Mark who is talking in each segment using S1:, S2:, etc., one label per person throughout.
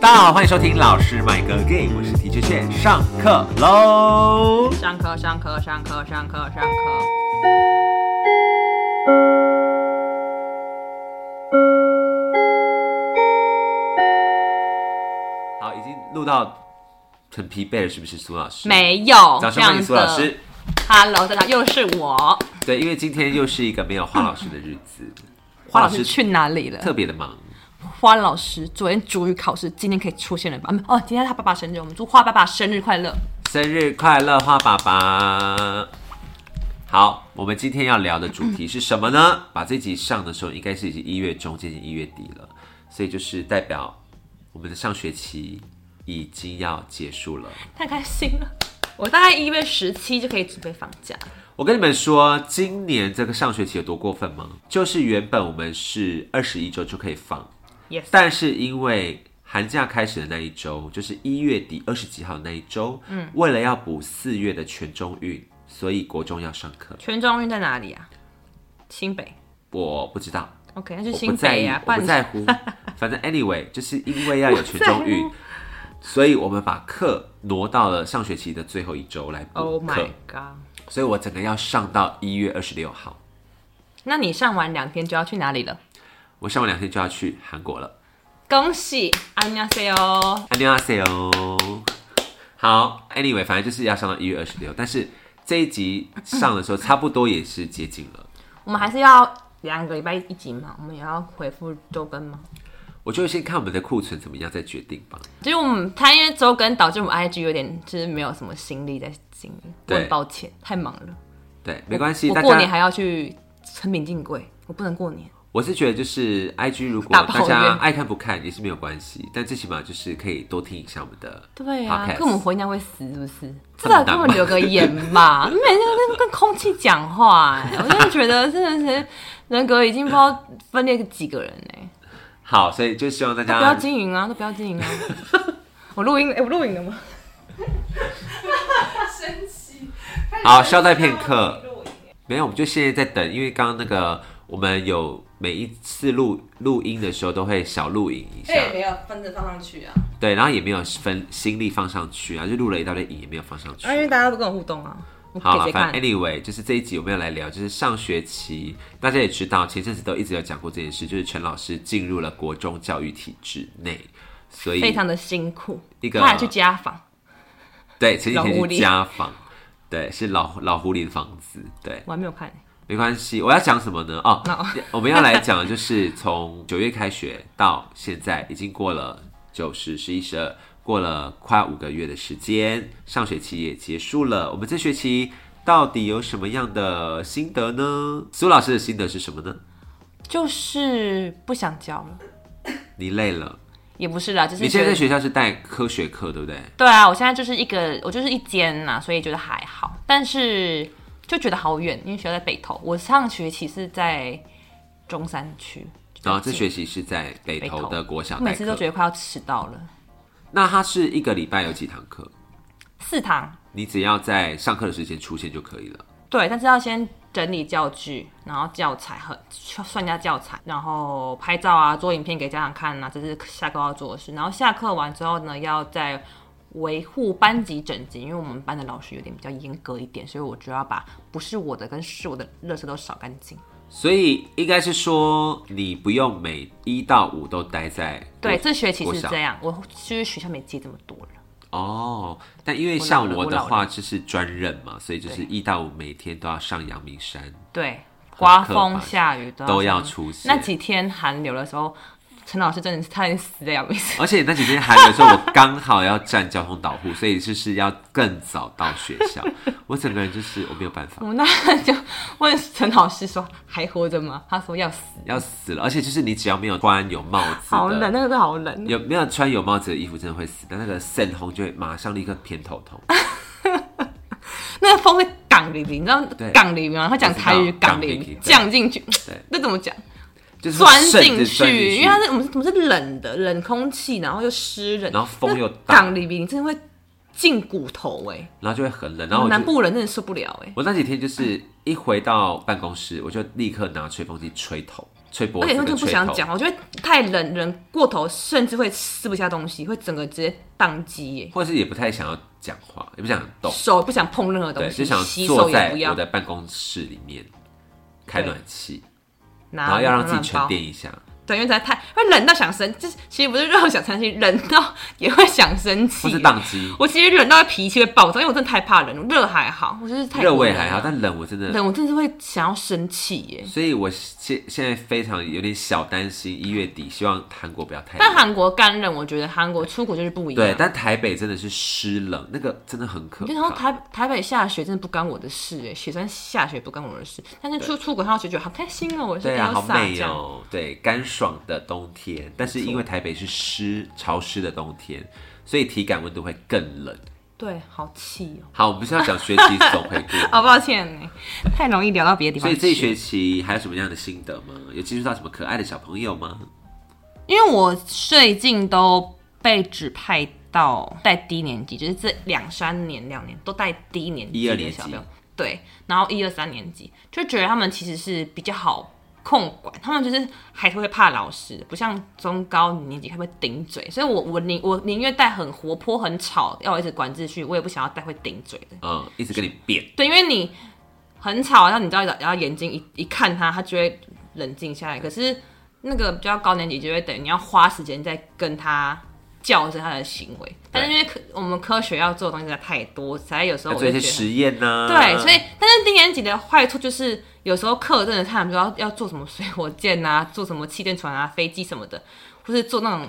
S1: 大家好，欢迎收听老师买个 game，我是 t 恤线，上课喽。
S2: 上课，上课，上课，上课，上课。
S1: 好，已经录到很疲惫了，是不是苏老师？
S2: 没有
S1: 掌
S2: 这
S1: 声欢
S2: 样
S1: 迎
S2: 子。
S1: 苏老师。
S2: Hello，大家好又是我。
S1: 对，因为今天又是一个没有花老师的日子，
S2: 花老师去哪里
S1: 特
S2: 了？
S1: 别的忙。
S2: 花老师昨天主语考试，今天可以出现了吧？嗯哦，今天他爸爸生日，我们祝花爸爸生日快乐。
S1: 生日快乐，花爸爸！好，我们今天要聊的主题是什么呢？把这集上的时候，应该是已经一月中，接近一月底了，所以就是代表我们的上学期已经要结束了。
S2: 太开心了，我大概一月十七就可以准备放假。
S1: 我跟你们说，今年这个上学期有多过分吗？就是原本我们是二十一周就可以放，
S2: Yes，
S1: 但是因为寒假开始的那一周，就是一月底二十几号的那一周，嗯，为了要补四月的全中运，所以国中要上课。
S2: 全中运在哪里啊？新北。
S1: 我不知道，
S2: OK，那就
S1: 我不
S2: 新
S1: 在
S2: 北
S1: 意
S2: 啊，，
S1: 我不
S2: 半
S1: 在乎。反正 anyway，就是因为要有全中运，所以我们把课挪到了上学期的最后一周来补
S2: Oh
S1: 课
S2: my god！
S1: 所以我整个要上到一月二十六号。
S2: 那你上完两天就要去哪里了？
S1: 我上完两天就要去韩国了。
S2: 恭喜，安녕하세요。
S1: 안녕하세요。好，anyway，反正就是要上到一月二十六，但是这一集上的时候，差不多也是接近了。
S2: 我们还是要两个礼拜一集嘛，我们也要回复周更嘛。
S1: 我就先看我们的库存怎么样，再决定吧。
S2: 就是我们他因为周更导致我们 IG 有点就是没有什么心力在经营，我
S1: 对
S2: 很抱歉，太忙了。
S1: 对，没关系，
S2: 我
S1: 大
S2: 过年
S1: 家。
S2: 还要去成品进柜，我不能过年。
S1: 我是觉得就是 I G，如果
S2: 大抱
S1: 大
S2: 怨
S1: 家爱看不看也是没有关系，但最起码就是可以多听一下我们的 podcast。
S2: 对啊，跟我们回娘会死是不是？
S1: 这
S2: 这
S1: 么
S2: 个
S1: 难吗
S2: 给我留个言 吧，每天跟跟空气讲话、哎我真的觉得真的是人格已经不知道分裂几个人哎、
S1: 好，所以就希望大
S2: 都不
S1: 家
S2: 要经营啊，都不要 经营啊。我录音，哎、我录影了吗？
S3: 生气。
S1: 好稍待片刻。没有，我们就现在在等，因为刚刚那个我们有每一次录录音的时候都会小录影一下，
S2: 哎
S3: 没有分着放上去啊。
S1: 对，然后也没有分心力放上去啊，就录了一大堆影也没有放上去。
S2: 啊，因为大家都不跟我互动啊，我给
S1: 好了，
S2: 谁
S1: 反
S2: 看
S1: 正？anyway，就是这一集我们要来聊，就是上学期大家也知道，前阵子都一直有讲过这件事，就是陈老师进入了国中教育体制内，所以
S2: 非常的辛苦，
S1: 一个
S2: 他还去家访，
S1: 对前几
S2: 老狐
S1: 天去
S2: 狸
S1: 家访，对，是老老狐狸的房子，对，
S2: 我还没有看、欸
S1: 没关系。我要讲什么呢？哦
S2: No
S1: 我们要来讲的就是从九月开学到现在，已经过了九十、十一、十二，过了快五个月的时间，上学期也结束了。我们这学期到底有什么样的心得呢？苏老师的心得是什么呢？
S2: 就是不想教了，
S1: 你累了，
S2: 也不是啦，就是
S1: 你现在在
S2: 觉得
S1: 学校是带科学课，对不对？
S2: 对啊，我现在就是一个，我就是一间呐、所以觉得还好，但是就觉得好远，因为学校在北投，我上学期是在中山区，
S1: 然后哦这学期是在北投
S2: 投
S1: 的国小
S2: 我
S1: 代
S2: 每次都
S1: 课
S2: 觉，得快要迟到了，
S1: 那它是一个礼拜有几堂课？
S2: 四堂
S1: 你只要在上课的时间出现就可以了。
S2: 对，但是要先整理教具，然后教材和算一下教材，然后拍照啊，做影片给家长看啊，这是下课要做的事。然后下课完之后呢，要再维护班级整洁，因为我们班的老师有点比较严格一点，所以我就要把不是我的跟是我的垃圾都扫干净。
S1: 所以应该是说，你不用每一到五都待在
S2: 对，
S1: 国
S2: 这学期
S1: 国
S2: 是
S1: 小
S2: 这样，我就是学校没接这么多了。
S1: 哦。但因为像我的
S2: 我老
S1: 话就是专任嘛，所以就是一到五每天都要上阳明山。
S2: 对，刮
S1: 刻
S2: 风
S1: 板
S2: 下雨都要
S1: 都要
S2: 上
S1: 出现
S2: 那几天寒流的时候，陈老师真的是差点死在阳明山。
S1: 而且那几天寒流的时候，我刚好要站交通导护，所以就是要更早到学校。我整个人就是我没有办法，
S2: 我那就问陈老师说还活着吗？他说要死，
S1: 要死了。而且就是你只要没有穿有帽子
S2: 好冷，
S1: 的，
S2: 那个是好冷。
S1: 有没有穿有帽子的衣服，真的会死。但那个渗红就会马上立刻偏头痛。
S2: 那个风会港里里，你知道
S1: 对
S2: 港里吗？他讲台
S1: 我
S2: 语
S1: 知道
S2: 港
S1: 港里里
S2: 里，
S1: 对
S2: 降进去
S1: 对，
S2: 那怎么讲？
S1: 就是
S2: 钻
S1: 渗
S2: 进
S1: 着钻进
S2: 去，因为它是我们我们是冷的，冷空气，然后又湿冷，
S1: 然后风又
S2: 那
S1: 大
S2: 港里里，你真的会进骨头哎、
S1: 然后就会很冷，然后我就
S2: 南部人真的受不了哎、
S1: 我那几天就是一回到办公室，我就立刻拿吹风机吹头，吹脖
S2: 而且
S1: 子
S2: 会
S1: 跟
S2: 更不
S1: 吹
S2: 想
S1: 头。
S2: 讲，我觉得太冷冷过头，甚至会吃不下东西，会整个直接宕机耶，
S1: 或是也不太想要讲话，也不想动，
S2: 手不想碰任何东
S1: 哦对，
S2: 西，
S1: 就想
S2: 洗
S1: 坐
S2: 手
S1: 在
S2: 也不要
S1: 我，的办公室里面开暖气，
S2: 然
S1: 然后要让自己沉淀一下，
S2: 对，因为实在太会冷到想生，就是其实不是热到想生气，冷到也会想生气
S1: 或。是宕机。
S2: 我其实冷到脾气会暴躁，因为我真的太怕冷，热还好，我就是太
S1: 热
S2: 我
S1: 位还好，但冷我真的，
S2: 冷我真的是会想要生气耶。
S1: 所以我现现在非常有点小担心，一月底希望韩国不要太
S2: 但
S1: 冷。
S2: 韩国干冷，我觉得韩国出国就是不一样。
S1: 对，但台北真的是湿冷，那个真的很可
S2: 就然后
S1: 怕。
S2: 台台北下雪真的不干我的事哎，雪山下雪不干我的事。但是出出国看到雪觉得好开心哦，我是
S1: 对啊，
S2: 要
S1: 好
S2: 撒
S1: 美
S2: 娇。
S1: 哦，对，干爽的冬天，但是因为台北是湿潮湿的冬天，所以体感温度会更冷。
S2: 对，好气哦，
S1: 好，我们不是要讲学期总回 顾吗，
S2: 好抱歉哎，太容易聊到别的地
S1: 所
S2: 方
S1: 以
S2: 去。
S1: 这一学期还有什么样的心得吗？有接触到什么可爱的小朋友吗？
S2: 因为我最近都被指派到带低年级，就是这两三年、两年都带低年级
S1: 一二
S2: 的
S1: 年级
S2: 小朋友，对，然后一二三年级就觉得他们其实是比较好控管，他们就是还是会怕老师，不像中高年级他会顶嘴，所以我我宁我宁愿带很活泼、很吵，要一直管秩序，我也不想要带会顶嘴的。
S1: 嗯，一直跟你变，
S2: 对，因为你很吵，然后你知道，然后眼睛一一看他，他就会冷静下来。可是那个比较高年级就会等于你要花时间在跟他校正他的行为，但是因为科我们科学要做的东西实在太多，才有时候
S1: 要
S2: 哦我
S1: 做
S2: 就
S1: 一
S2: 觉
S1: 些
S2: 得
S1: 实验啊呢、
S2: 对，所以但是低年级的坏处就是，有时候课真的太难，比如要要做什么水火箭啊，做什么气垫船啊、飞机什么的，或是做那种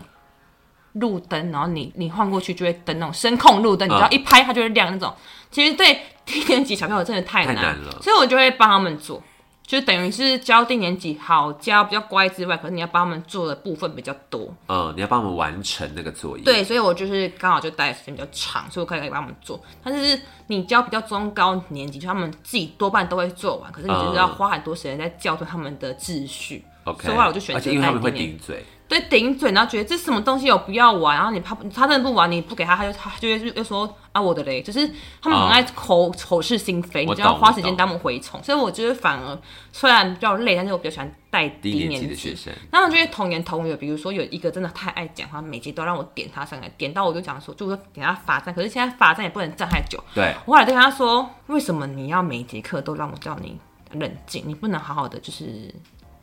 S2: 路灯，然后你你晃过去就会灯那种声控路灯，你只要啊
S1: 嗯
S2: 一拍它就会亮那种。其实对低年级小朋友真的太
S1: 太
S2: 难，
S1: 难了
S2: 所以我就会帮他们做。就等于是教低年级好教比较乖之外，可是你要帮他们做的部分比较多。
S1: 嗯，你要帮我们完成那个作业。，
S2: 对，所以我就是刚好就待的时间比较长，所以我可以帮他们做。但是你教比较中高年级，就他们自己多半都会做完，可是你就是要
S1: 嗯
S2: 花很多时间在校对他们的秩序。
S1: ，OK。
S2: 所以后来我就选择
S1: 而且因为他们会
S2: 带低
S1: 顶
S2: 年
S1: 嘴，
S2: 对，顶嘴，然后觉得这什么东西我不要玩，然后你他他真的不玩，你不给他，他就他就会又说啊我的嘞，就是他们很爱口、口是心非，
S1: 我
S2: 你就要
S1: 懂
S2: 花
S1: 我
S2: 时间
S1: 懂
S2: 当我们蛔虫。所以我觉得反而虽然比较累，但是我比较喜欢带
S1: 低
S2: 低
S1: 年
S2: 年
S1: 级的学生，
S2: 那他们就会童言童语，比如说有一个真的太爱讲话，每集都让我点他上来，点到我就讲说，就说给他罚站，可是现在罚站也不能站太久。
S1: 对，
S2: 我后来就跟他说，为什么你要每一节课都让我叫你冷静？你不能好好的就是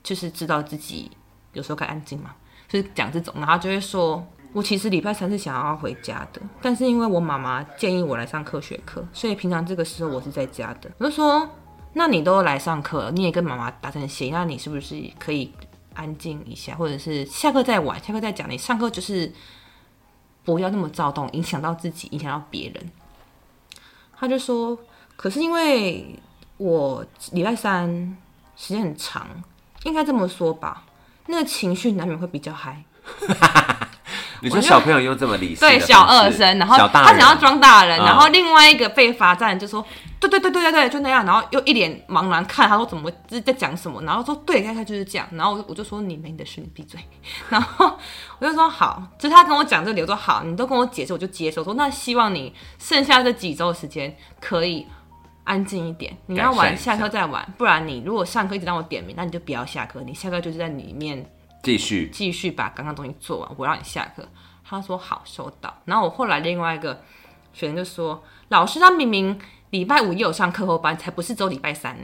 S2: 就是知道自己有时候该安静吗？就是讲这种，然后他就会说，我其实礼拜三是想要回家的，但是因为我妈妈建议我来上科学课，所以平常这个时候我是在家的。我就说，那你都来上课了，你也跟妈妈达成协议，那你是不是可以安静一下，或者是下课再玩，下课再讲？你上课就是不要那么躁动，影响到自己，影响到别人。他就说，可是因为我礼拜三时间很长，应该这么说吧，那个情绪难免会比较嗨。
S1: 你说小朋友用这么理性的
S2: 对
S1: 方式，
S2: 小二生，然后
S1: 小大
S2: 他
S1: 人
S2: 想要装大人，
S1: 嗯
S2: 然后另外一个被罚站就说，对对对对对对，就那样，然后又一脸茫然看他说怎么这在讲什么，然后说对，他他就是这样，然后我就我就说你没你的事，你闭嘴，然后我就说好，就是他跟我讲这个理由，我说好，你都跟我解释，我就接受，我说那希望你剩下这几周时间可以。安静一点，你要
S1: 改善
S2: 玩
S1: 一下
S2: 下课再玩，不然你如果上课一直让我点名，那你就不要下课，你下课就是在里面
S1: 继续
S2: 继续把刚刚东西做完，我让你下课。他说好，收到。然后我后来另外一个学生就说，老师他明明礼拜五也有上课后班，才不是只有礼拜三呢，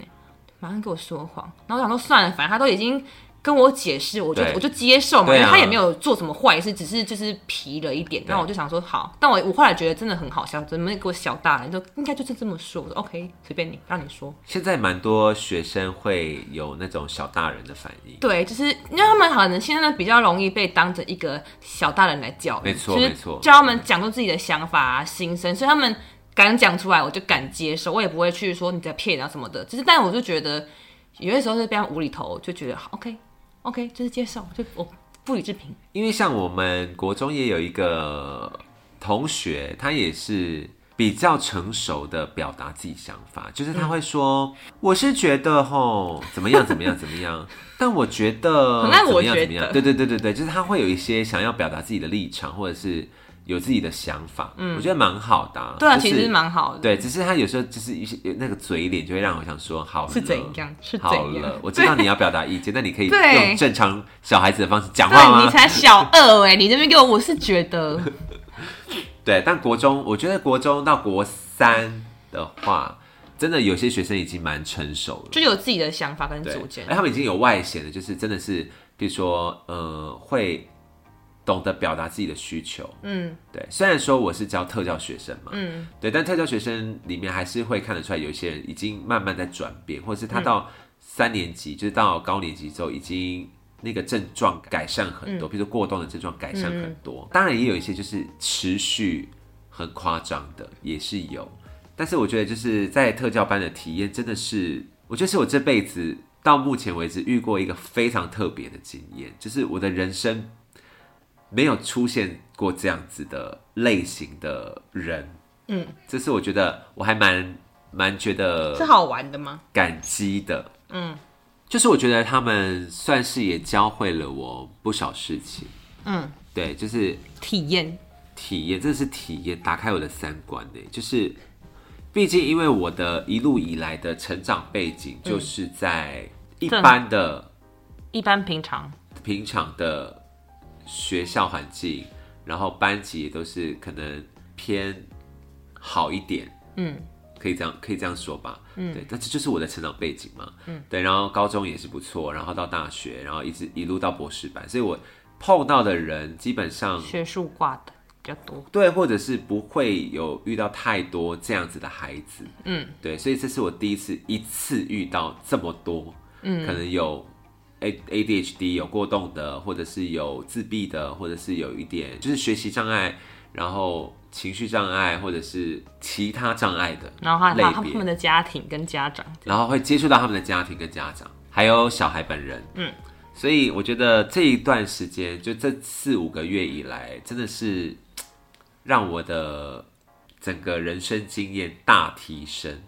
S2: 马上给我说谎。然后我想说算了，反正他都已经跟我解释，我就
S1: 对
S2: 我就接受嘛，
S1: 对啊
S2: 因为他也没有做什么坏事，只是就是皮了一点。然后我就想说好，但我我后来觉得真的很好笑，怎么给我小大人就应该就是这么说，我说 OK，随便你，让你说。
S1: 现在蛮多学生会有那种小大人的反应，
S2: 对，就是因为他们可能现在比较容易被当成一个小大人来教育，
S1: 没错
S2: 就是
S1: 没错
S2: 叫他们讲出自己的想法啊、心声，所以他们敢讲出来，我就敢接受，我也不会去说你在骗啊什么的。只是，但我就觉得有些时候是非常无厘头，就觉得好 OK OK，就是接受，就我不予置评。
S1: 因为像我们国中也有一个同学，他也是比较成熟的表达自己想法，就是他会说：“我是觉得吼怎么样怎么样怎么样，但我觉得
S2: 可能
S1: 怎
S2: 我
S1: 么样
S2: 觉
S1: 怎么样。”对
S2: 得
S1: 对对对对，就是他会有一些想要表达自己的立场，或者是有自己的想法，嗯，我觉得蛮好的、啊。
S2: 对啊，
S1: 就是
S2: 其实蛮好的。
S1: 对，只是他有时候就是一些那个嘴脸，就会让我想说，好了
S2: 是怎样是怎样
S1: 好了，我知道你要表达意见，但你可以
S2: 对
S1: 用正常小孩子的方式讲话
S2: 对啊你
S1: 吗？
S2: 才小二哎、你这边给我，我是觉得，
S1: 对，但国中，我觉得国中到国三的话，真的有些学生已经蛮成熟了。
S2: 就有自己的想法跟
S1: 对
S2: 主，见
S1: 哎，。他们已经有外显的，就是真的是，比如说，呃，会懂得表达自己的需求。
S2: 嗯，
S1: 对，虽然说我是教特教学生嘛，
S2: 嗯，
S1: 对，但特教学生里面还是会看得出来，有一些人已经慢慢在转变，或者
S2: 嗯
S1: 是他到三年级，就是到高年级之后，已经那个症状改善很
S2: 嗯
S1: 多，比如说过动的症状改善很多。当然也有一些就是持续很夸张的，也是有。但是我觉得就是在特教班的体验，真的是我觉得是我这辈子到目前为止遇过一个非常特别的经验，就是我的人生没有出现过这样子的类型的人。嗯，这是我觉得我还蛮蛮觉
S2: 是
S1: 得
S2: 好玩的吗？
S1: 感激的。嗯，就是我觉得他们算是也教会了我不少事情。
S2: 嗯，
S1: 对，就是
S2: 体验，
S1: 体验，真的是体验，打开我的三观呢。就是，毕竟因为我的一路以来的成长背景，就是在一
S2: 正
S1: 般嗯的、
S2: 一般平常，
S1: 平常的学校环境，然后班级也都是可能偏好一点，
S2: 嗯，
S1: 可以这样可以这样说吧，嗯，对，但这就是我的成长背景嘛，嗯，对，然后高中也是不错，然后到大学，然后一直一路到博士班，所以我碰到的人基本上
S2: 学术挂的比较多。
S1: 对，或者是不会有遇到太多这样子的孩子，
S2: 嗯，
S1: 对，所以这是我第一次一次遇到这么多，嗯，可能有 A A D H D 有过动的，或者是有自闭的，或者是有一点就是学习障碍，然后情绪障碍，或者是其他障碍的
S2: 然后他他他
S1: 类别，
S2: 们的家庭跟家长，
S1: 然后会接触到他们的家庭跟家长，还有小孩本人，嗯。所以我觉得这一段时间，就这四五个月以来，真的是让我的整个人生经验大提升。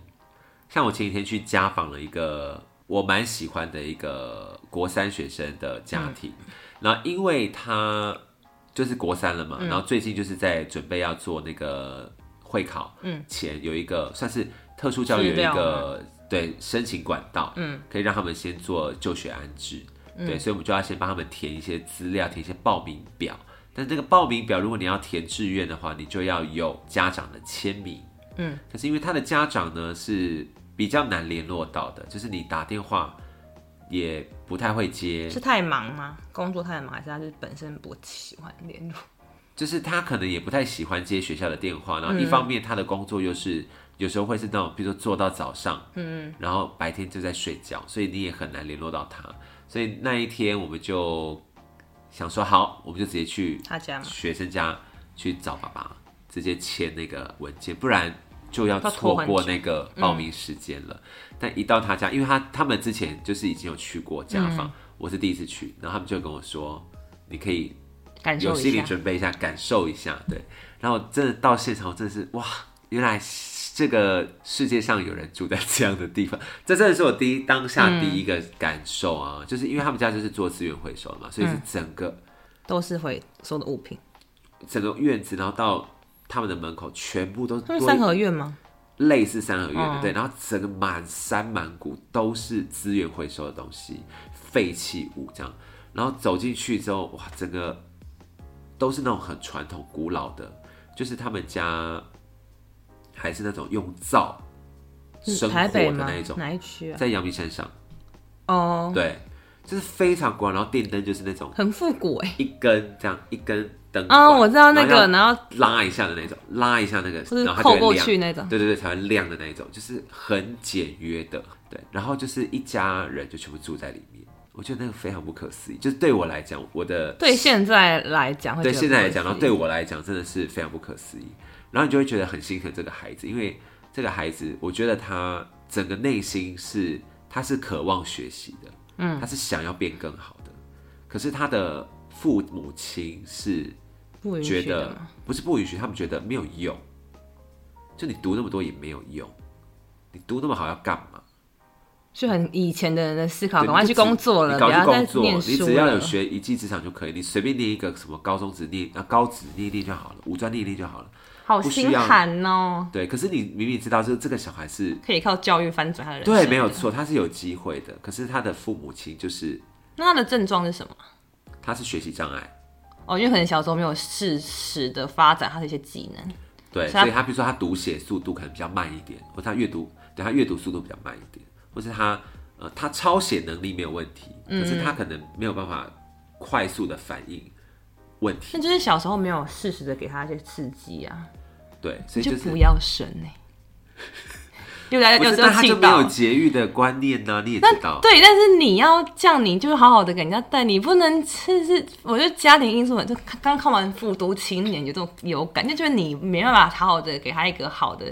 S1: 像我前几天去家访了一个我蛮喜欢的一个国三学生的
S2: 嗯
S1: 家庭，然后因为他就是国三了
S2: 嗯
S1: 嘛，然后最近就是在准备要做那个会考，
S2: 嗯，
S1: 前有一个算是特殊教育有
S2: 资
S1: 一
S2: 料
S1: 个对申请管道，
S2: 嗯，
S1: 可以让他们先做就学安置，对，所以我们就要先帮他们填一些资料，填一些报名表。但这个报名表，如果你要填志愿的话，你就要有家长的签名。
S2: 嗯，
S1: 可是因为他的家长呢是比较难联络到的，就是你打电话也不太会接，
S2: 是太忙吗？工作太忙，还是他就是本身不喜欢联络？
S1: 就是他可能也不太喜欢接学校的电话。然后一方面他的工作又是、有时候会是那种，比如说做到早上，嗯，然后白天就在睡觉，所以你也很难联络到他。所以那一天我们就想说，好，我们就直接去
S2: 他家吗？
S1: 学生家去找爸爸，直接签那个文件，不然就要
S2: 要
S1: 错
S2: 拖很久嗯
S1: 过那个报名时间了。但一到他家，因为他他们之前就是已经有去过家
S2: 嗯
S1: 访，我是第一次去，然后他们就跟我说，你可以
S2: 感
S1: 有
S2: 受
S1: 心理
S2: 一下，
S1: 准备一下，感受一下，
S2: 嗯
S1: 对。然后真的到现场，我真的是哇，原来这个世界上有人住在这样的地方，这真的是我第一当
S2: 嗯
S1: 下第一个感受啊，就是因为他们家就是做资源回收的嘛，所以
S2: 嗯
S1: 是整个
S2: 都是回收的物品。
S1: 整个院子，然后到他们的门口，全部都
S2: 他们
S1: 堆
S2: 三合院吗？
S1: 类似三合院的，
S2: 嗯
S1: 对，然后整个满山满谷都是资源回收的东西，废弃物这样。然后走进去之后，哇，整个都是那种很传统古老的，就是他们家还是那种用灶生火
S2: 嗯台北
S1: 的
S2: 吗
S1: 那一种？，
S2: 哪一区啊？
S1: 在阳明山上，
S2: 哦，
S1: 对，就是非常古老。然后电灯就是那种
S2: 很复古哎。
S1: 一根这样一根灯管，
S2: 啊，我知道那
S1: 然后要
S2: 个，然后
S1: 拉一下的那种，拉一下那个，
S2: 或是
S1: 然后它就
S2: 扣
S1: 会
S2: 过
S1: 亮
S2: 去那种。
S1: 对对对，才会亮的那一种，就是很简约的。对，然后就是一家人就全部住在里面，我觉得那个非常不可思议。就是对我来讲，我的
S2: 对现在来讲会觉
S1: 对
S2: 得不可思
S1: 现
S2: 议，
S1: 在来讲，然后对我来讲真的是非常不可思议。然后你就会觉得很心疼这个孩子，因为这个孩子，我觉得他整个内心是他是渴望学习的，嗯，他是想要变更好的，可是他的父母亲是
S2: 不允
S1: 觉
S2: 许的
S1: 得
S2: 吗？
S1: 不是不允许，他们觉得没有用，就你读那么多也没有用，你读那么好要干嘛？
S2: 就很以前的人的思考，
S1: 对
S2: 赶快
S1: 你
S2: 去
S1: 就只
S2: 工作了，
S1: 你
S2: 不
S1: 赶
S2: 要
S1: 快
S2: 再
S1: 去工作
S2: 念，
S1: 你
S2: 书
S1: 只要有
S2: 了。
S1: 学一技之长就可以，你随便念一个什么高中只念啊高职念一念就好了，五专念一念就好了。
S2: 好
S1: 不需
S2: 心
S1: 要
S2: 寒哦，
S1: 对，可是你明明知道这这个小孩是
S2: 可以靠教育翻转他的人生。
S1: 对，没有。错，他是有机会的。可是他的父母亲就是
S2: 那他的症状是什么？
S1: 他是学习障碍，
S2: 哦，因为可能小时候没有适时的发展他的一些技能，
S1: 对，
S2: 所以他
S1: 所以他比如说他读写速度可能比较慢一点，或者他阅读，对他阅读速度比较慢一点，或是他呃他抄写能力没有问题，
S2: 嗯
S1: 可是他可能没有办法快速的反应问题
S2: 那，就是小时候没有适时的给他一些刺激啊，
S1: 对，所
S2: 你
S1: 以就
S2: 就是不。要生哎、又来
S1: 不
S2: 又
S1: 是，
S2: 又
S1: 但他
S2: 气
S1: 就没
S2: 到
S1: 有。节育的观念呢、你也
S2: 那
S1: 知道。
S2: 对，但是你要这样，你就是好好的给人家带，你不能是是，我觉得家庭因素很，就刚刚看完《复读青年》有这种有感，就觉得你没办法好好的给他一个好的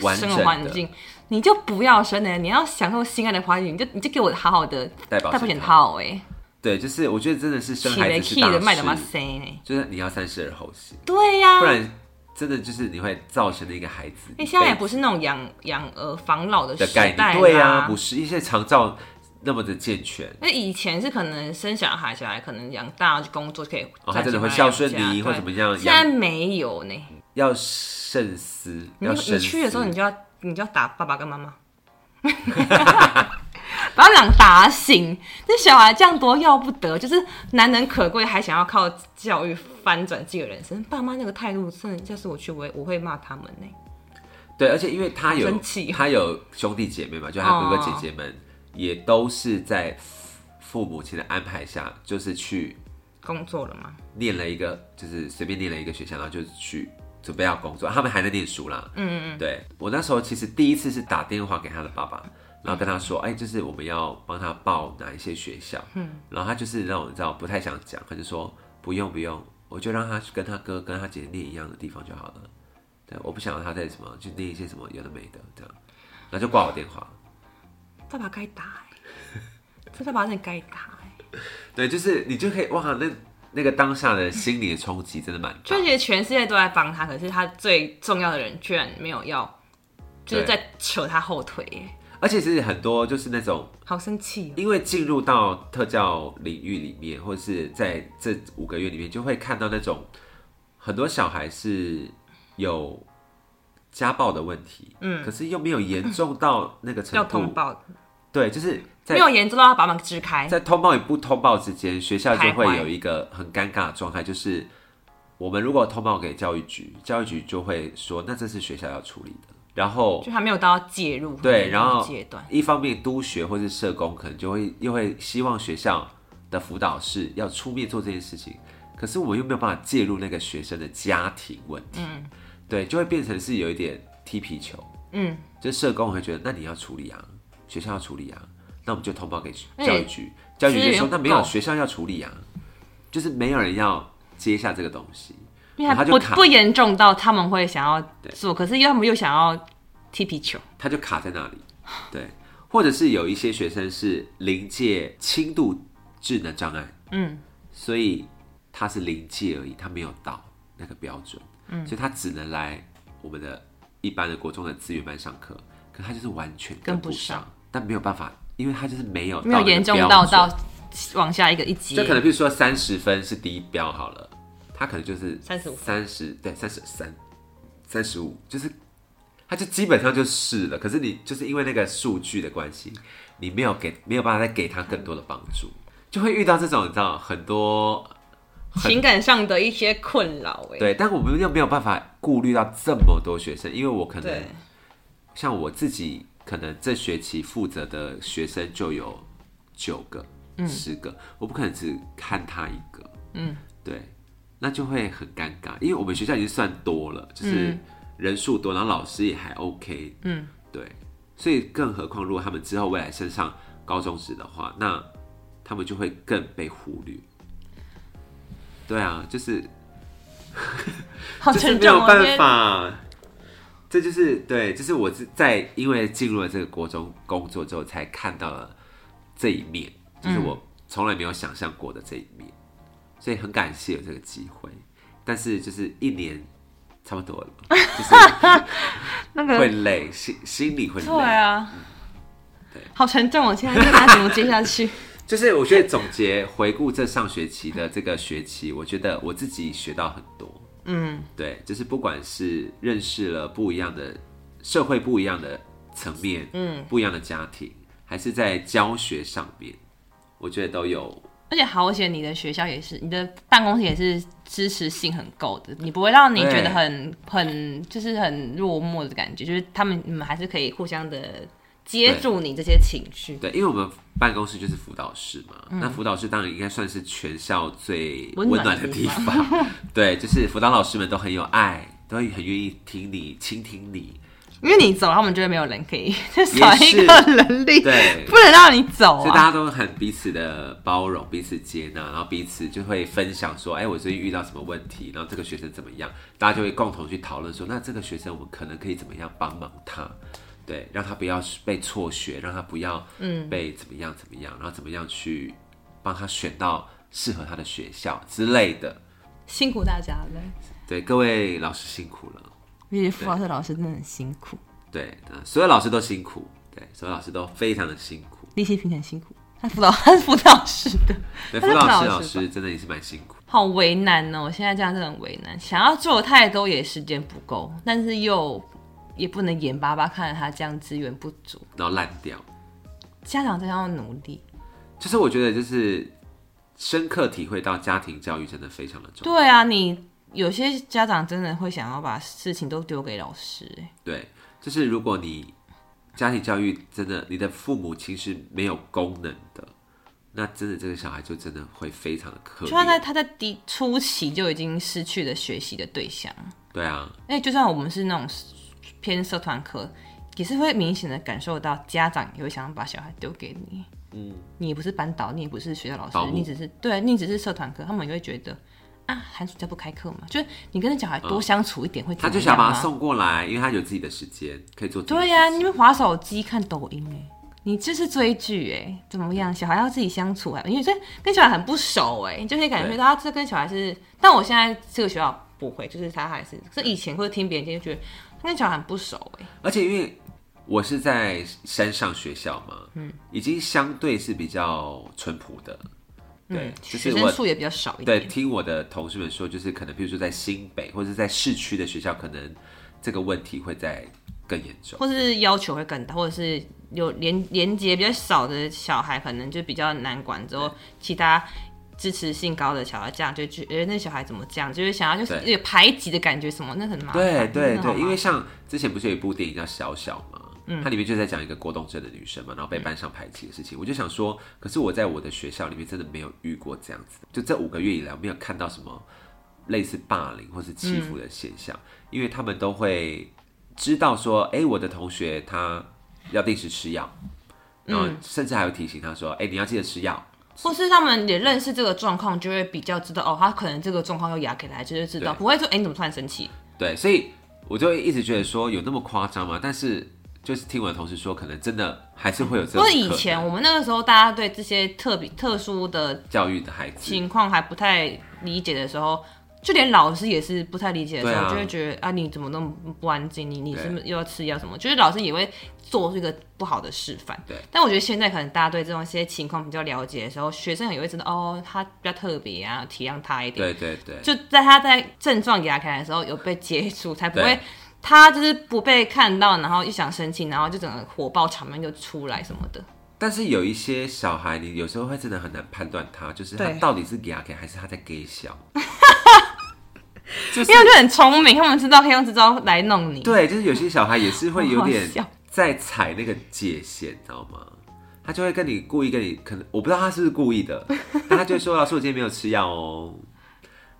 S1: 完
S2: 生
S1: 整
S2: 活
S1: 的
S2: 环境，你就不要生了，你要享受心爱的环境，你就你就给我好好的
S1: 戴保
S2: 戴保
S1: 险
S2: 险
S1: 套
S2: 套哎、
S1: 对，就是我觉得真的是生
S2: 起
S1: 孩
S2: 来
S1: 子是
S2: 气
S1: 大
S2: 的卖的嘛
S1: 事，
S2: 塞呢？
S1: 就是你要三思而后行，
S2: 对呀、
S1: 不然真的就是你会造成的一个孩子。
S2: 哎、现在也不是那种养养儿防老的
S1: 的
S2: 时
S1: 概
S2: 代
S1: 念，对
S2: 呀、
S1: 啊，不是一些长照那么的健全，
S2: 那以前是可能生小孩，小孩可能养大去工作就可以
S1: 哦，他
S2: 赚
S1: 真的
S2: 钱
S1: 会
S2: 来
S1: 孝
S2: 养
S1: 顺
S2: 家
S1: 你或
S2: 对
S1: 怎么样
S2: 现在
S1: 养，
S2: 没有呢。
S1: 要慎思，
S2: 你
S1: 要深思。
S2: 你去的时候，你就要你就要打爸爸跟妈妈， 把他们俩打醒。这小孩这样多要不得，就是难能可贵，还想要靠教育翻转自己的人生。爸妈那个态度，真的，要是我去，我也我会骂他们呢。
S1: 对，而且因为他有
S2: 生气
S1: 他有兄弟姐妹嘛，就他哥哥姐
S2: 哦
S1: 姐们也都是在父父母亲的安排下，就是去
S2: 工作了吗？
S1: 念了一个，就是随便念了一个学校，然后就去准备要工作，他们还在念书啦。嗯嗯，对我那时候其实第一次是打电话给他的爸爸，然后跟他说，哎、就是我们要帮他报哪一些学校。嗯，然后他就是那种你知道不太想讲，他就说不用不用，我就让他去跟他哥跟他姐姐念一样的地方就好了。对，我不想让他在什么去念一些什么有的没的这样，然后就挂我电话。
S2: 爸爸该打、欸，这爸爸真的该打、欸。
S1: 对，就是你就可以哇，那那个当下的心理的冲击真的蛮大
S2: 就。觉得全世界都在帮他，可是他最重要的人居然没有要，就是
S1: 对
S2: 在扯他后腿耶，
S1: 而且其实很多就是那种
S2: 好生气、哦。
S1: 因为进入到特教领域里面，或是在这五个月里面，就会看到那种很多小孩是有家暴的问题，嗯，可是又没有严重到那个
S2: 要
S1: 程
S2: 通
S1: 度，
S2: 报，
S1: 对，就是在
S2: 没有严重到要把门支开，
S1: 在通报与不通报之间，学校就
S2: 徘徊
S1: 会有一个很尴尬的状态，就是我们如果通报给教育局，教育局就会说，那这是学校要处理的，然后
S2: 就还没有到要介入
S1: 对，
S2: 那种
S1: 然后
S2: 嗯阶段，
S1: 一方面督学或是社工可能就会又会希望学校的辅导室要出面做这件事情，可是我们又没有办法介入那个学生的家庭问题，对，就会变成是有一点踢皮球，
S2: 嗯，
S1: 就社工会觉得那你要处理啊，学校要处理啊，那我们就通报给
S2: 哎
S1: 教育局，教育
S2: 资
S1: 局就
S2: 源
S1: 说
S2: 不
S1: 那没有
S2: 够
S1: 学校要处理啊，就是没有人要接下这个东西，
S2: 因为
S1: 然后
S2: 还
S1: 他就
S2: 不
S1: 卡
S2: 不严重到他们会想要做，可是又他们又想要踢皮球，
S1: 他就卡在那里。对，或者是有一些学生是临界轻度智能障碍，
S2: 嗯，
S1: 所以他是临界而已，他没有到那个标准，嗯，所以他只能来我们的一般的国中的资源班上课，可他就是完全
S2: 跟
S1: 不
S2: 不上
S1: 但没有办法，因为他就是没有
S2: 没有
S1: 那个
S2: 严重
S1: 标
S2: 到
S1: 准
S2: 到往下一个一级
S1: 就，可能比如说三十分是第一标好了，他可能就是
S2: 35
S1: 三十对三十三三十五，就是他就基本上就是了。可是你就是因为那个数据的关系，你没有给没有办法再给他更多的帮助，就会遇到这种你知道很多
S2: 情感上的一些困扰，哎，
S1: 对，但我们又没有办法顾虑到这么多学生，因为我可能
S2: 对，
S1: 像我自己，可能这学期负责的学生就有九个、十个，我不可能只看他一个，
S2: 嗯，
S1: 对，那就会很尴尬，因为我们学校已经算多了，就是
S2: 嗯
S1: 人数多，然后老师也还 OK，
S2: 嗯，
S1: 对，所以更何况如果他们之后未来升上高中时的话，那他们就会更被忽略。对啊，就是
S2: 好
S1: 就是
S2: 沉
S1: 没
S2: 重
S1: 有
S2: 哦，今
S1: 办
S2: 天
S1: 法。这就是对，就是我是在因为进入了这个国中工作之后，才看到了这一面，就是我从来没有想象过的这一面，所以很感谢有这个机会。但是就是一年差不多了，就是
S2: 那
S1: 会
S2: 个
S1: 累，心心里会累。
S2: 对啊。好沉重，我现在看他怎么接下去。
S1: 就是我觉得总结回顾这上学期的这个学期，我觉得我自己学到很多。嗯，对，就是不管是认识了不一样的社会、不一样的层面，嗯，不一样的家庭，还是在教学上面，我觉得都有。
S2: 而且好险，你的学校也是，你的办公室也是支持性很够的，你不会让你
S1: 对
S2: 觉得很很就是很落寞的感觉，就是他们你们还是可以互相的接住你这些情绪，
S1: 对，因为我们办公室就是辅导室嘛，那辅导室当然应该算是全校最
S2: 温
S1: 温
S2: 暖
S1: 暖
S2: 的
S1: 的
S2: 地
S1: 地
S2: 方
S1: 方。对，就是辅导老师们都很有爱，都会很愿意听你、倾听你。
S2: 因为你走，他们就会没有人可以， 就
S1: 是
S2: 少一个人力，
S1: 对
S2: 不能让你走
S1: 所以大
S2: 啊。
S1: 家都很彼此的包容、彼此接纳，然后彼此就会分享说：“哎、我最近遇到什么问题？然后这个学生怎么样？”大家就会共同去讨论说：“那这个学生我们可能可以怎么样帮忙他？对，让他不要被辍学，让他不要嗯被怎么样怎么样，然后怎么样去帮他选到适合他的学校之类的。
S2: 辛苦大家了，”
S1: 对，各位老师辛苦了。
S2: 因为傅老师老师真的很辛苦，
S1: 对，呃所有老师都辛苦，对，所有老师都非常的辛苦。
S2: 立希平很辛苦，他辅导 他是辅导师的，
S1: 对，
S2: 他
S1: 辅
S2: 是
S1: 导师
S2: 辅导
S1: 老
S2: 师吧
S1: 师真的也是蛮辛苦。
S2: 好为难哦。我现在这样真的很为难，想要做的太多也时间不够，但是又也不能眼巴巴看着他这样资源不足，
S1: 然后烂掉。
S2: 家长真的要努力。
S1: 就是我觉得就是深刻体会到家庭教育真的非常的重要。
S2: 对啊，你有些家长真的会想要把事情都丢给老师、哎
S1: 对，就是如果你家庭教育真的你的父母亲是没有功能的，那真的这个小孩就真的会非常的可
S2: 就他在
S1: 怜。
S2: 他在第初期就已经失去了学习的对象。
S1: 对啊，
S2: 哎，就算我们是那种偏社团课，也是会明显的感受到家长也会想把小孩丢给你。嗯，你也不是班导，你也不是学校老
S1: 保
S2: 师，
S1: 护
S2: 你只是对你只是社团课，他们也会觉得啊，寒暑假不开课嘛，就是你跟小孩多相处一点会怎
S1: 嗯他
S2: 么
S1: 就
S2: 样
S1: 想把
S2: 啊
S1: 他送过来，因为他有自己的时间可以做自己的
S2: 对啊呀、
S1: 事
S2: 你
S1: 情
S2: 们划手机看抖音哎、你这是追剧哎、怎么样？小孩要自己相处啊，因为这跟小孩很不熟哎、你就可以感觉
S1: 对
S2: 到他这跟小孩是。但我现在这个学校不会，就是他还是是以前或者听别人就觉得他跟小孩很不熟哎、
S1: 而且因为我是在山上学校嘛，嗯，已经相对是比较淳朴的，对，
S2: 嗯，
S1: 就
S2: 学
S1: 是
S2: 生
S1: 我
S2: 数也比较少一
S1: 对，
S2: 点。
S1: 听我的同事们说，就是可能，比如说在新北或者在市区的学校，可能这个问题会在更严重。
S2: 或是要求会更大，或者是有连连接比较少的小孩，可能就比较难管。之后其他支持性高的小孩，这样就觉得、欸、那小孩怎么这样，就是想要就是
S1: 对
S2: 有点排挤的感觉什么，那很麻烦。
S1: 对对
S2: 真的好
S1: 对，因
S2: 麻
S1: 为
S2: 烦
S1: 像之前不是有一部电影叫《小小》嘛，
S2: 嗯
S1: 它里面就在讲一个过动症的女生嘛，然后被班上排挤的事情。我就想说，可是我在我的学校里面真的没有遇过这样子的，就这五个月以来，我没有看到什么类似霸凌或是欺
S2: 嗯
S1: 负的现象，因为他们都会知道说，哎、我的同学他要定时吃药，然
S2: 嗯
S1: 后甚至还有提醒他说，哎、你要记得吃药。
S2: 或是他们也认识这个状况，就会比较知道哦，他可能这个状况要压给他，就是知道
S1: 对
S2: 不会说，哎、你怎么突然生气？
S1: 对，所以我就一直觉得说有那么夸张吗？但是就是听我的同事说，可能真的还是会有这种
S2: 或
S1: 可
S2: 者
S1: 能。
S2: 以前我们那个时候，大家对这些特别特殊的
S1: 教育的孩子，
S2: 情况还不太理解的时候，就连老师也是不太理解的时候，
S1: 对啊
S2: 就会觉得啊，你怎么那么不安静？你你是不
S1: 对
S2: 是又要吃药什么？就是老师也会做出一个不好的示范。
S1: 对
S2: 但我觉得现在可能大家对这种一些情况比较了解的时候，学生也会知道哦，他比较特别啊，体谅他一点。
S1: 对对对，
S2: 就在他在症状压开来的时候有被接触，才不会
S1: 对
S2: 他就是不被看到，然后一想生气，然后就整个火爆场面就出来什么的。
S1: 但是有一些小孩，你有时候会真的很难判断他，就是他
S2: 对
S1: 到底是给给还是他在给 小，就是
S2: 因为他们就很聪明，他们知道可以用这招来弄你。
S1: 对，就是有些小孩也是会有
S2: 好
S1: 点
S2: 好笑
S1: 在踩那个界限，知道吗？他就会跟你故意跟你，可能我不知道他是不是故意 的，但他就会说老师我今天没有吃药哦，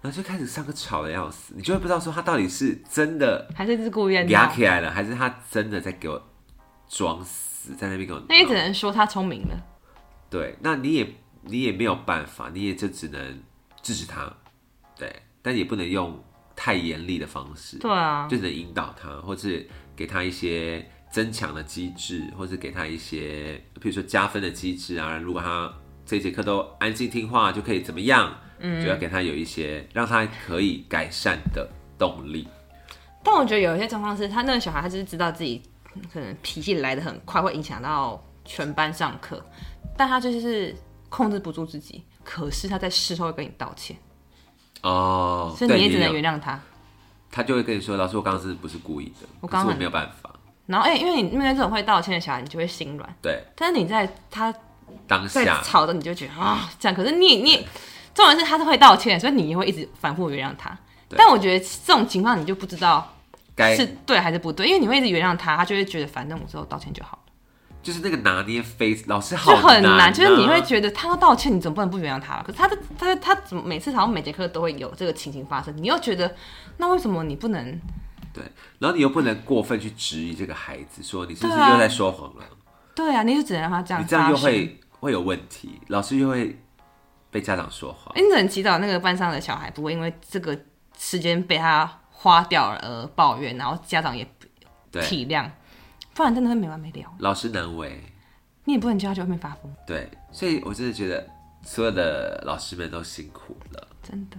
S1: 然后就开始上课吵的要死，你就会不知道说他到底是真的
S2: 还是是故意的啊
S1: 压
S2: 闹。
S1: 起来了，还是他真的在给我装死，在那边给我闹。
S2: 那也只能说他聪明了。
S1: 对，那你也你也没有办法，你也就只能制止他，对，但也不能用太严厉的方式，
S2: 对啊，
S1: 就只能引导他，或是给他一些增强的机制，或是给他一些，比如说加分的机制啊。如果他这节课都安静听话，就可以怎么样？嗯，就要给他有一些让他可以改善的动力。
S2: 但我觉得有一些状况是他那个小孩，他就是知道自己嗯可能脾气来的很快，会影响到全班上课，但他就是控制不住自己。可是他在事后会跟你道歉，
S1: 哦，
S2: 所以
S1: 对
S2: 你也只能
S1: 有
S2: 原谅他。
S1: 他就会跟你说，老师，我刚刚是不是故意的？
S2: 我刚
S1: 可
S2: 刚
S1: 是
S2: 很
S1: 我没有办法。
S2: 然后，哎、因为你面对这种会道歉的小孩，你就会心软。
S1: 对，
S2: 但是你在他
S1: 当
S2: 在
S1: 下
S2: 吵的，你就觉得啊、这样。可是你你，重点是他是会道歉，所以你也会一直反复原谅他。
S1: 对哎
S2: 但我觉得这种情况你就不知道
S1: 该
S2: 是对还是不对，因为你会一直原谅他，他就会觉得反正我之后道歉就好了，
S1: 就是那个拿捏非老师好
S2: 就很
S1: 难啊，
S2: 就是你会觉得他都道歉，你总不能不原谅他吧？可是他的他他怎么每次好像每节课都会有这个情形发生，你又觉得那为什么你不能？
S1: 对，然后你又不能过分去质疑这个孩子，说你是不是
S2: 对啊
S1: 又在说谎了？
S2: 对啊，你就只能让他这样
S1: 你
S2: 发
S1: 这
S2: 生。
S1: 样又会会有问题，老师又会被家长说谎
S2: 哎、。你只能祈祷那个班上的小孩不会因为这个时间被他花掉了而抱怨，然后家长也
S1: 对，
S2: 体谅，不然真的会没完没了。
S1: 老师难为。
S2: 你也不能叫他去外面发疯，
S1: 对，所以我真的觉得所有的老师们都辛苦了。
S2: 真的。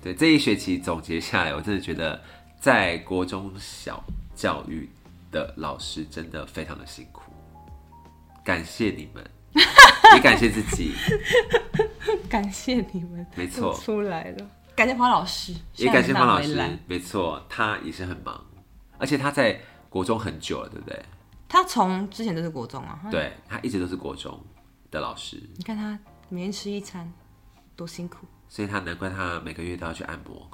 S1: 对，这一学期总结下来，我真的觉得在国中小教育的老师真的非常的辛苦，感谢你 们，也感谢自己，
S2: 感谢你们，
S1: 没错
S2: 都出来了，感谢花老师，
S1: 也感谢方老
S2: 现
S1: 师
S2: 在拿回来，
S1: 没错，他也是很忙，而且他在国中很久了，对不对？
S2: 他从之前就是国中啊，
S1: 对他一直都是国中的老师，
S2: 你看他每天吃一餐，多辛苦。
S1: 所以他难怪他每个月都要去按摩，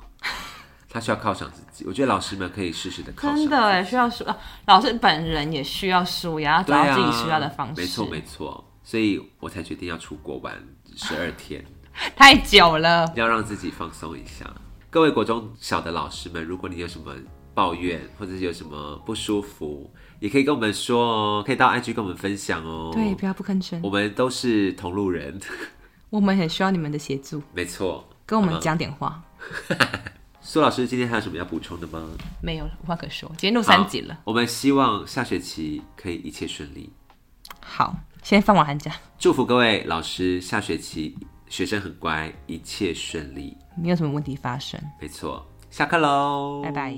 S1: 他需要犒赏自己。我觉得老师们可以适时的犒赏自己，
S2: 真的哎，需要舒、啊，老师本人也需要舒压，要
S1: 对
S2: 找
S1: 啊，
S2: 到自己需要的方式。
S1: 没错没错，所以我才决定要出国玩十二天，
S2: 太久了，
S1: 要让自己放松一下。各位国中小的老师们，如果你有什么抱怨或者是有什么不舒服，也可以跟我们说哦，可以到 IG 跟我们分享哦。
S2: 对，不要不吭声
S1: 我，们都是同路人，
S2: 我们很需要你们的协助，
S1: 没错。
S2: 跟我
S1: 好
S2: 们
S1: 吗，
S2: 讲点话。
S1: 苏老师今天还有什么要补充的吗？
S2: 没有了，无话可说。今天录三集了，
S1: 好，我们希望下学期可以一切顺利。
S2: 好，先放完寒假。
S1: 祝福各位老师下学期学生很乖，一切顺利。
S2: 没有什么问题发生。
S1: 没错，下课喽，
S2: 拜拜。